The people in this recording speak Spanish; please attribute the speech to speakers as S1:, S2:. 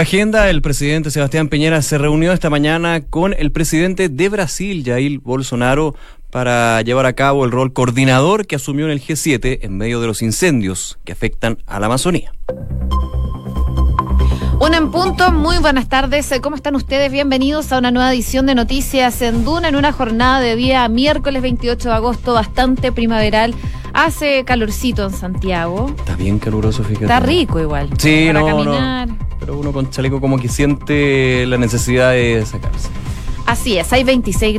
S1: agenda, el presidente Sebastián Piñera se reunió esta mañana con el presidente de Brasil, Jair Bolsonaro, para llevar a cabo el rol coordinador que asumió en el G7 en medio de los incendios que afectan a la Amazonía.
S2: Una en punto, muy buenas tardes. ¿Cómo están ustedes? Bienvenidos a una nueva edición de Noticias en Duna en una jornada de día miércoles 28 de agosto, bastante primaveral. Hace calorcito en Santiago.
S1: Está bien caluroso, fíjate.
S2: Está rico igual.
S1: Sí,
S2: para
S1: no,
S2: caminar.
S1: no. Pero uno con chaleco como que siente la necesidad de sacarse.
S2: Así es, hay 26